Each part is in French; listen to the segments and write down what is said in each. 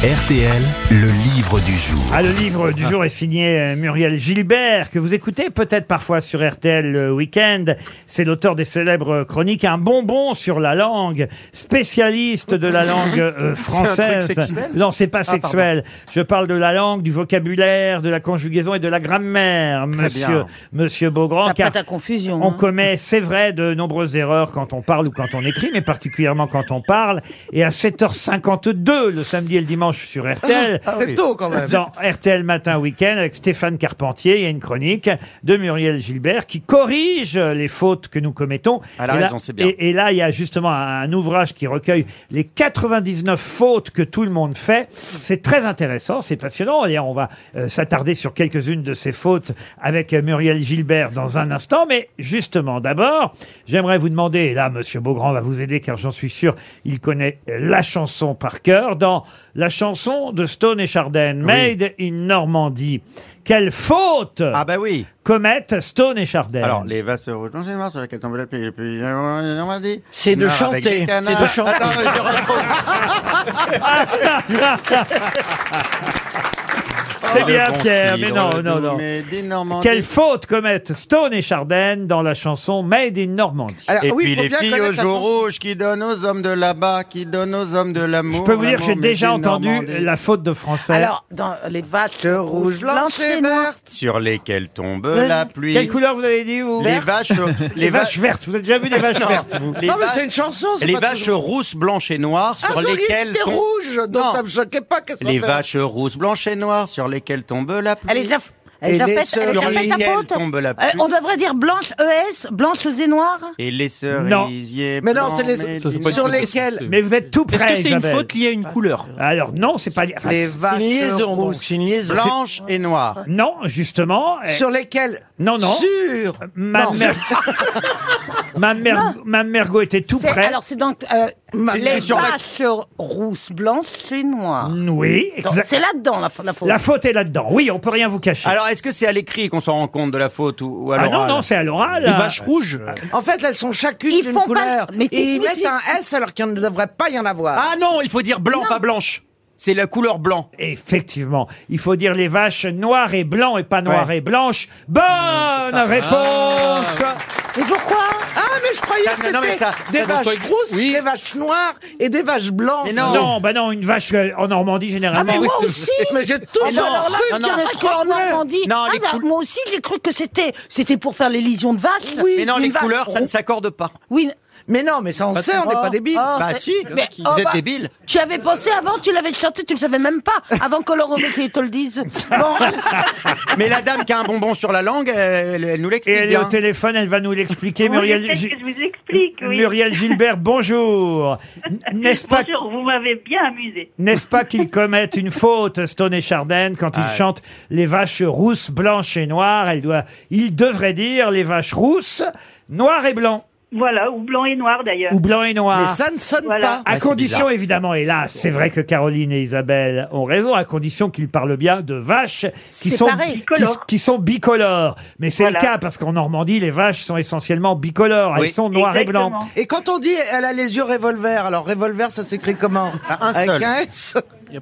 RTL, le livre du jour. Ah, le livre du jour est signé euh, Muriel Gilbert, que vous écoutez peut-être parfois sur RTL le euh, week-end. C'est l'auteur des célèbres chroniques Un bonbon sur la langue, spécialiste de la langue euh, française. C'est un truc sexuel Ah, non, c'est pas sexuel. Je parle de la langue, du vocabulaire, de la conjugaison et de la grammaire, monsieur, bien. monsieur Beaugrand. Ça car prête à confusion. On hein. commet, c'est vrai, de nombreuses erreurs quand on parle ou quand on écrit, mais particulièrement quand on parle. Et à 7h52, le samedi et le dimanche sur RTL, C'est tôt quand même. dans RTL Matin Week-end, avec Stéphane Carpentier, il y a une chronique de Muriel Gilbert qui corrige les fautes que nous commettons. Elle a Et là- raison, c'est bien. Et, et là, il y a justement un, un ouvrage qui recueille les 99 fautes que tout le monde fait. C'est très intéressant, c'est passionnant. Et on va euh, s'attarder sur quelques-unes de ces fautes avec euh, Muriel Gilbert dans un instant. Mais justement, d'abord, j'aimerais vous demander, et là, Monsieur Beaugrand va vous aider car j'en suis sûr, il connaît euh, la chanson par cœur, dans la chanson de Stone et Chardin, Made in Normandie. Quelle faute Ah bah oui. commettent Stone et Chardin Alors les vastes rouges non, c'est noir sur lesquelles tombe la pluie, puis Normandie. C'est de Noir avec chanter, c'est de des canards. chanter. Attends, je retrouve. C'est bien le bon Pierre, signe, mais oh, non, non, non. Mais dis Normandie. Quelle faute commettent Stone et Chardin dans la chanson Made in Normandie Alors, Et oui, puis faut les bien filles aux connaître la joues France. rouges qui donnent aux hommes de là-bas, qui donnent aux hommes de Je l'amour. peux vous dire que j'ai l'amour, mais déjà dis entendu Normandie. la faute de français. Alors, dans les vaches rouges, blanches et noires. Sur lesquelles tombe Vert. la pluie. Quelle couleur vous avez dit vous Les vaches. Les vaches vertes. Vous avez déjà vu des vaches vertes vous Les Non, mais vaches- c'est une chanson, c'est les pas vaches toujours- rousses, blanches et noires Ah, sur joli, lesquelles c'était tombe- rouge, donc Non. ça me choquait pas qu'elle soit Les verte. vaches rousses, blanches et noires sur lesquelles tombe la pluie. Elle est déjà, elle est Et déjà les faite, elle est sœurs déjà faite la lesquelles faute. tombe la Euh, pluie. on devrait dire blanche ES, blanche et noires. Et les Non. cerisiers Mais non, blancs, c'est mais les- ça, c'est dis- pas une sur faute. les lesquelles- Mais vous êtes tout près. Est-ce que c'est une Isabelle. faute liée à une couleur Alors non, c'est pas. Ah, enfin, Les c'est- C'est une vaches liaison, donc, rouges. c'est une liaison. blanches et noires. Non, justement. eh, Sur lesquelles Non, non. Sur Ma Non, mère. ma mère. Ma mergo était tout C'est- près. Alors c'est donc euh, c'est les sur la- vaches rousses, blanches et noires. Oui. Donc, exact. C'est là-dedans la, la faute. Ah La faute est là-dedans. Oui, on peut rien vous cacher. Alors, est-ce que c'est à l'écrit qu'on s'en rend compte de la faute ou, euh, ou à ah non, l'oral non, c'est à l'oral. Une vache rouge En fait, elles sont chacune Ils d'une font pas- couleur. mais et ils techniquement, mettent un S alors qu'il ne devrait pas y en avoir. Ah non, il faut dire blanc, pas blanche. C'est la couleur blanc. Effectivement, il faut dire les vaches noires et blancs et pas noires Ouais. et blanches. Bonne Ah, réponse Mais pourquoi Ah, mais je croyais Ça, que non, non, mais c'était ça- des ça doit vaches pas être- grosses, Oui. des vaches noires et des vaches blanches. Mais non. Non, bah non, une vache euh, en Normandie Ah généralement. mais moi aussi. Mais j'ai Ah, toujours bah, alors là, cru non, qu'il y non. avait parce trois qu'en couleurs. Normandie, Non, ah, les bah, coul- moi aussi j'ai cru que c'était c'était pour faire l'élision de vache. Oui, Mais non, une les vache couleurs, ça ne rousse. s'accorde pas. Oui. Mais non, mais ça on sait, on n'est pas débiles. Oh, Bah c'est- si, mais- vous oh, êtes bah, débiles. Tu y avais pensé avant, tu l'avais chanté, tu le savais même pas, avant que Laurent Wauquiez te le dise. Bon, Mais la dame qui a un bonbon sur la langue, elle, elle nous Et l'explique elle est bien. au téléphone, elle va nous l'expliquer. Oui, Muriel, je, sais Gi- que je vous explique. Oui. Muriel Gilbert, bonjour. N- N'est-ce pas, Bonjour, vous m'avez bien amusé. n'est-ce pas qu'ils commettent une faute, Stone et Chardin, quand ils chantent les vaches rousses, blanches et noires Elle doit, il devrait dire les vaches rousses, noires et blancs Voilà, ou blanc et noir d'ailleurs. ou blancs et noirs. Mais ça ne sonne Voilà. À Ouais, c'est condition, bizarre. évidemment, et là, c'est vrai que Caroline et Isabelle ont raison, à condition qu'ils parlent bien de vaches qui C'est sont, pareil. qui, qui sont bicolores. Mais c'est Voilà. le cas, parce qu'en Normandie, les vaches sont essentiellement bicolores. Elles Oui. sont noires et Exactement. blancs. Et quand on dit elle a les yeux revolver, alors revolver ça s'écrit comment Ah, un Avec seul. un S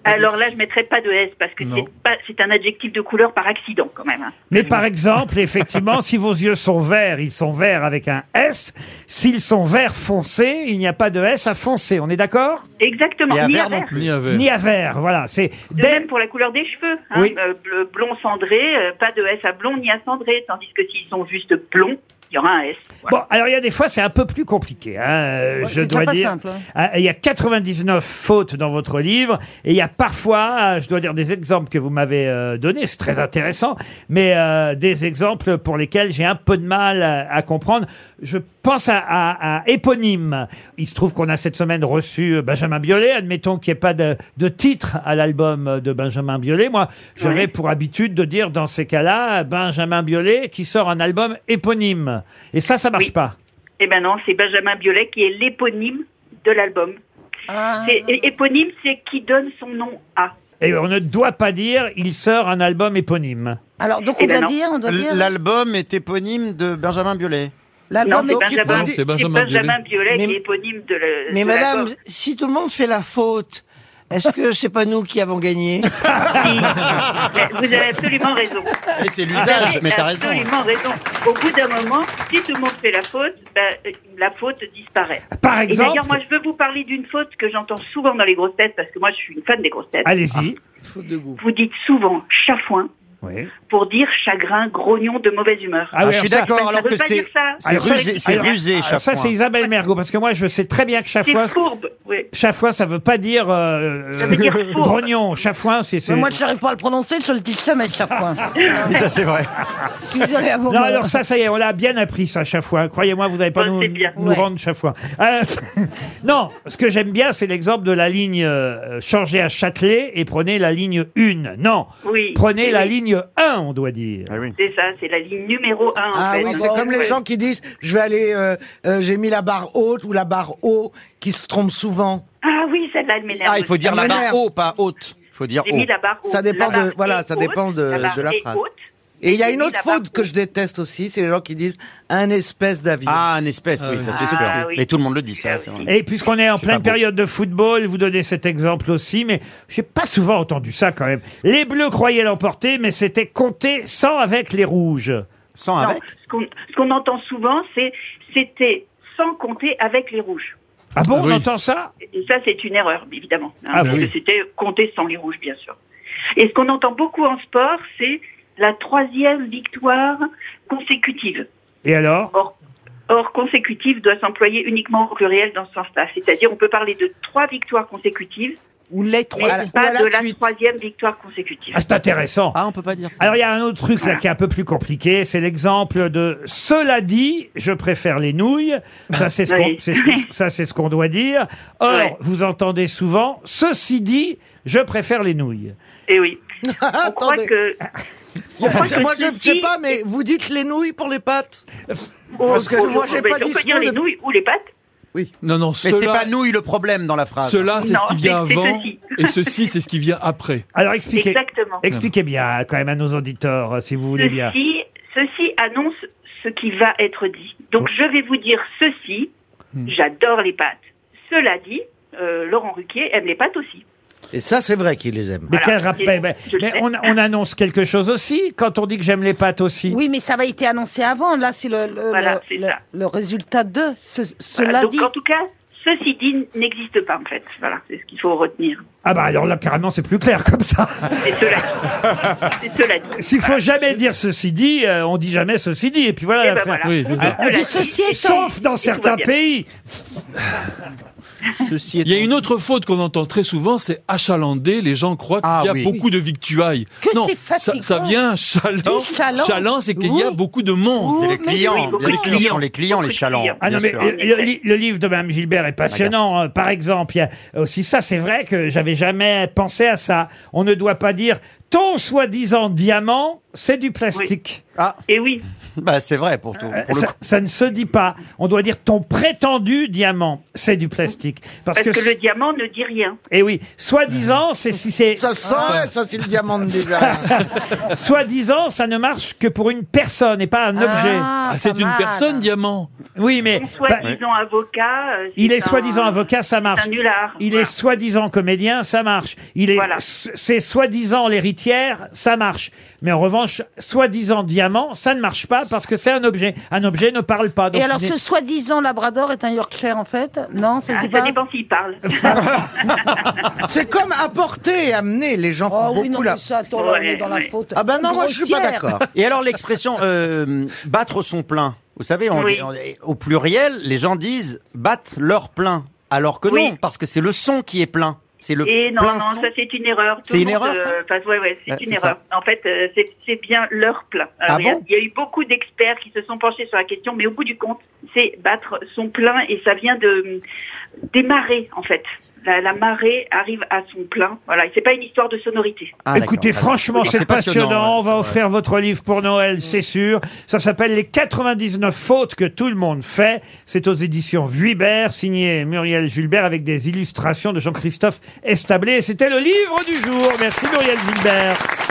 Alors là, je mettrai pas de S parce que c'est pas- c'est un adjectif de couleur par accident quand même. hein. Mais par exemple, effectivement, si vos yeux sont verts, ils sont verts avec un S. S'ils sont verts foncés, il n'y a pas de S à foncer. On est d'accord Exactement. Et à ni vert à vert. non plus. Ni à vert. Voilà. C'est De dès- même pour la couleur des cheveux. hein. Oui. Euh, le blond cendré, euh, pas de S à blond ni à cendré. Tandis que s'ils sont juste blonds, il y aura un S. Voilà. Bon, alors il y a des fois, c'est un peu plus compliqué, hein, euh, je c'est déjà dois pas dire. simple, hein. Ah, Il y a 99 fautes dans votre livre, et il y a parfois, ah, je dois dire des exemples que vous m'avez euh, donnés, c'est très intéressant, mais euh, des exemples pour lesquels j'ai un peu de mal à, à comprendre. Je pense à, à- à éponyme. Il se trouve qu'on a cette semaine reçu euh, Benjamin Biolay, admettons qu'il n'y ait pas de, de titre à l'album de Benjamin Biolay. Moi, j'avais Oui. pour habitude de dire dans ces cas-là, Benjamin Biolay qui sort un album éponyme. Et ça, ça marche Oui. pas. Et ben non, c'est Benjamin Biolay qui est l'éponyme de l'album. C'est- é- Éponyme, c'est qui donne son nom à. Et on ne doit pas dire il sort un album éponyme. alors donc on Eh ben doit non. dire, on doit dire L'album est éponyme de Benjamin Biolay. Non, ben- l'album c'est est Benjamin, faut dire- c'est Benjamin Biolay qui Mais- est éponyme de le. Mais de l'album. madame, si tout le monde fait la faute, Est-ce que c'est pas nous qui avons gagné Si. Mais Vous avez absolument raison. Et c'est Vous l'usage, mais avez t'as raison. absolument raison. Au bout d'un moment, si tout le monde fait la faute, ben, euh, la faute disparaît. Par Et exemple, d'ailleurs, moi, je veux vous parler d'une faute que j'entends souvent dans les grosses têtes, parce que moi, je suis une fan des grosses têtes. allez-y. Ah. Ah Faute de goût. Vous dites souvent chafouin Oui. pour dire chagrin, grognon de mauvaise humeur. Ah oui, je suis alors ça- Ça d'accord, ne alors veut que pas c'est dire ça. c'est Alors ça, rusé, c'est alors- rusé, alors Ça, c'est Chapouin. Isabelle Mergo, parce que moi, je sais très bien que chafouin, C'est fourbe. Oui. chafouin ça veut pas dire, euh, Ça veut dire fourbe. grognon. Chafouin, c'est... c'est- Mais moi, je n'arrive pas à le prononcer, je le dis jamais chaque fois. Ça, c'est vrai. Je suis désolée à vous. Non, alors ça, ça y est, on l'a bien appris, ça, Chafouin. Croyez-moi, vous n'allez pas Ah, nous, c'est bien. nous Ouais. rendre Chafouin. Euh, non, ce que j'aime bien, c'est l'exemple de la ligne euh, changez à Châtelet et prenez la ligne 1. Non, Oui. prenez Oui, la oui. ligne 1, on doit dire. Ah oui. C'est ça, c'est la ligne numéro 1. Ah oui, c'est comme les gens qui disent je vais aller, euh, euh, j'ai mis la barre haute ou la barre haut, qui se trompent souvent. Ah oui, celle-là, elle m'énerve. Ah, il faut dire Ça la barre m'énerve. haut, pas haute. Il faut dire J'ai haut. mis la barre haute. Ça dépend La barre de- voilà, est ça haute, dépend de- barre de la est phrase. haute, Et il y a j'ai une mis autre la barre faute que haute. je déteste aussi, c'est les gens qui disent un espèce d'avion. Ah, un espèce, Euh, oui, ça c'est oui. sûr. Ah oui. Mais tout le monde le dit, ça, c'est vrai. Et puisqu'on est en C'est pleine pas beau. période de football, vous donnez cet exemple aussi, mais j'ai pas souvent entendu ça quand même. Les Bleus croyaient l'emporter, mais c'était compté sans avec les Rouges. Sans Non, avec. ce qu'on ce qu'on entend souvent, c'est c'était sans compter avec les rouges. Ah bon, Ah on oui. entend ça Et ça, c'est une erreur, évidemment. hein, Ah parce oui. que C'était compter sans les rouges, bien sûr. Et ce qu'on entend beaucoup en sport, c'est la troisième victoire consécutive. Et alors Or, or consécutive doit s'employer uniquement au pluriel dans ce sens-là. C'est-à-dire, on peut parler de trois victoires consécutives, Ou les trois. mais à la- ou pas à la de la suite. troisième victoire consécutive. Ah, c'est intéressant. Ah, on peut pas dire ça. Alors il y a un autre truc là qui est un peu plus compliqué, c'est l'exemple de cela dit, je préfère les nouilles. Ça c'est ce qu'on Oui. c'est ce qu'on- ça c'est ce qu'on doit dire. Or Ouais. vous entendez souvent ceci dit, je préfère les nouilles. Et Eh oui. On croit Ah, Attendez. que que Moi, je ne ceci- sais pas, mais vous dites les nouilles pour les pâtes. Oh, Parce que oh, moi, oh, j'ai ben, pas on dit peut ce dire mot les de- nouilles ou les pâtes. Non, non, Mais c'est cela, pas nouille le problème dans la phrase. cela c'est Non, ce qui vient c'est- c'est avant, ceci. et ceci, c'est ce qui vient après. Alors expliquez Exactement. expliquez bien quand même à nos auditeurs euh, si vous voulez bien. Ceci, ceci annonce ce qui va être dit. Donc je vais vous dire ceci. Hmm. J'adore les pâtes. Cela dit, euh, Laurent Ruquier aime les pâtes aussi. Et ça, c'est vrai qu'ils les aiment. Mais Voilà. quel rappel Et- Mais, je le mais sais. on, on annonce quelque chose aussi quand on dit que j'aime les pâtes aussi. Oui, mais ça va été annoncé avant. Là, c'est le, le, Voilà, le- c'est le- ça. le résultat de ce- Voilà. cela Donc dit. en tout cas, ceci dit n'existe pas en fait. Voilà, c'est ce qu'il faut retenir. Ah bah alors là carrément c'est plus clair comme ça. C'est cela dit. c'est cela dit. S'il faut jamais dire ceci dit, euh, on dit jamais ceci dit et puis voilà Eh ben l'affaire. voilà. Oui, c'est ça. On dit ceci étant. Sauf dans Et tout va certains bien. pays. Il y a une autre faute qu'on entend très souvent, c'est achalander. Les gens croient Ah qu'il y a oui. beaucoup de victuailles. Que non, c'est ça, fatigant. ça vient chaland. Tout chaland. c'est qu'il y a Oui. beaucoup de monde. C'est les mais oui, clients, beaucoup bien de sûr, clients. ce sont les clients, Beaucoup les de chalands. clients. Ah non, mais bien euh, sûr. le, li- le livre de Mme Gilbert est passionnant. hein. Par exemple, il y a aussi ça, c'est vrai que j'avais jamais pensé à ça. On ne doit pas dire ton soi-disant diamant, c'est du plastique. Ah, Et oui, bah c'est vrai pour tout. Euh, Pour le ça, coup. ça ne se dit pas. On doit dire ton prétendu diamant, c'est du plastique. Parce, parce que, que, le diamant ne dit rien. eh oui, soi-disant, c'est si c'est Ça sent, ouais, ça, c'est le diamant déjà. soi-disant, ça ne marche que pour une personne et pas un objet. Ah, c'est pas une mal. personne, diamant. Oui, mais Son bah, Soi-disant avocat. euh, il c'est est soi-disant un- avocat, ça C'est marche. un nulard. Il est Voilà. soi-disant comédien, ça marche. Il est, Voilà. c'est soi-disant l'héritière, ça marche. Mais en revanche, soi-disant diamant, ça ne marche pas parce que c'est un objet. Un objet ne parle pas. Donc Et alors, il est- ce soi-disant Labrador est un Yorkshire, en fait Non, ça Ah, c'est pas... ça dépend s'il parle. c'est comme apporter et amener les gens. font Oh oui, non, beaucoup là. mais ça, attends, là, on Ouais, est dans ouais. la faute Ah ben non, moi, je suis pas grossière. d'accord. Et alors l'expression euh, battre son plein. Vous savez, on- Oui. on- au pluriel, les gens disent battre leur plein, alors que Oui. non, parce que c'est le son qui est plein. C'est le Et non, plein non, son. ça c'est une erreur. Tout C'est le une monde, erreur, euh, enfin, ouais, ouais, c'est Ah, une c'est erreur. En fait, euh, c'est c'est bien l'heure plein. Alors, Ah il y a- bon il y, a eu beaucoup d'experts qui se sont penchés sur la question, mais au bout du compte, c'est battre son plein et ça vient de des marées en fait. La, la marée arrive à son plein. Voilà, et c'est pas une histoire de sonorité. Ah, d'accord. Écoutez, franchement, Oui, c'est passionnant. ouais, On va c'est vrai. Mm. offrir votre livre pour Noël, c'est sûr. Ça s'appelle Les 99 fautes que tout le monde fait. C'est aux éditions Vuibert, signé Muriel Gilbert, avec des illustrations de Jean-Christophe Establé. Et C'était le livre du jour. Merci Muriel Gilbert.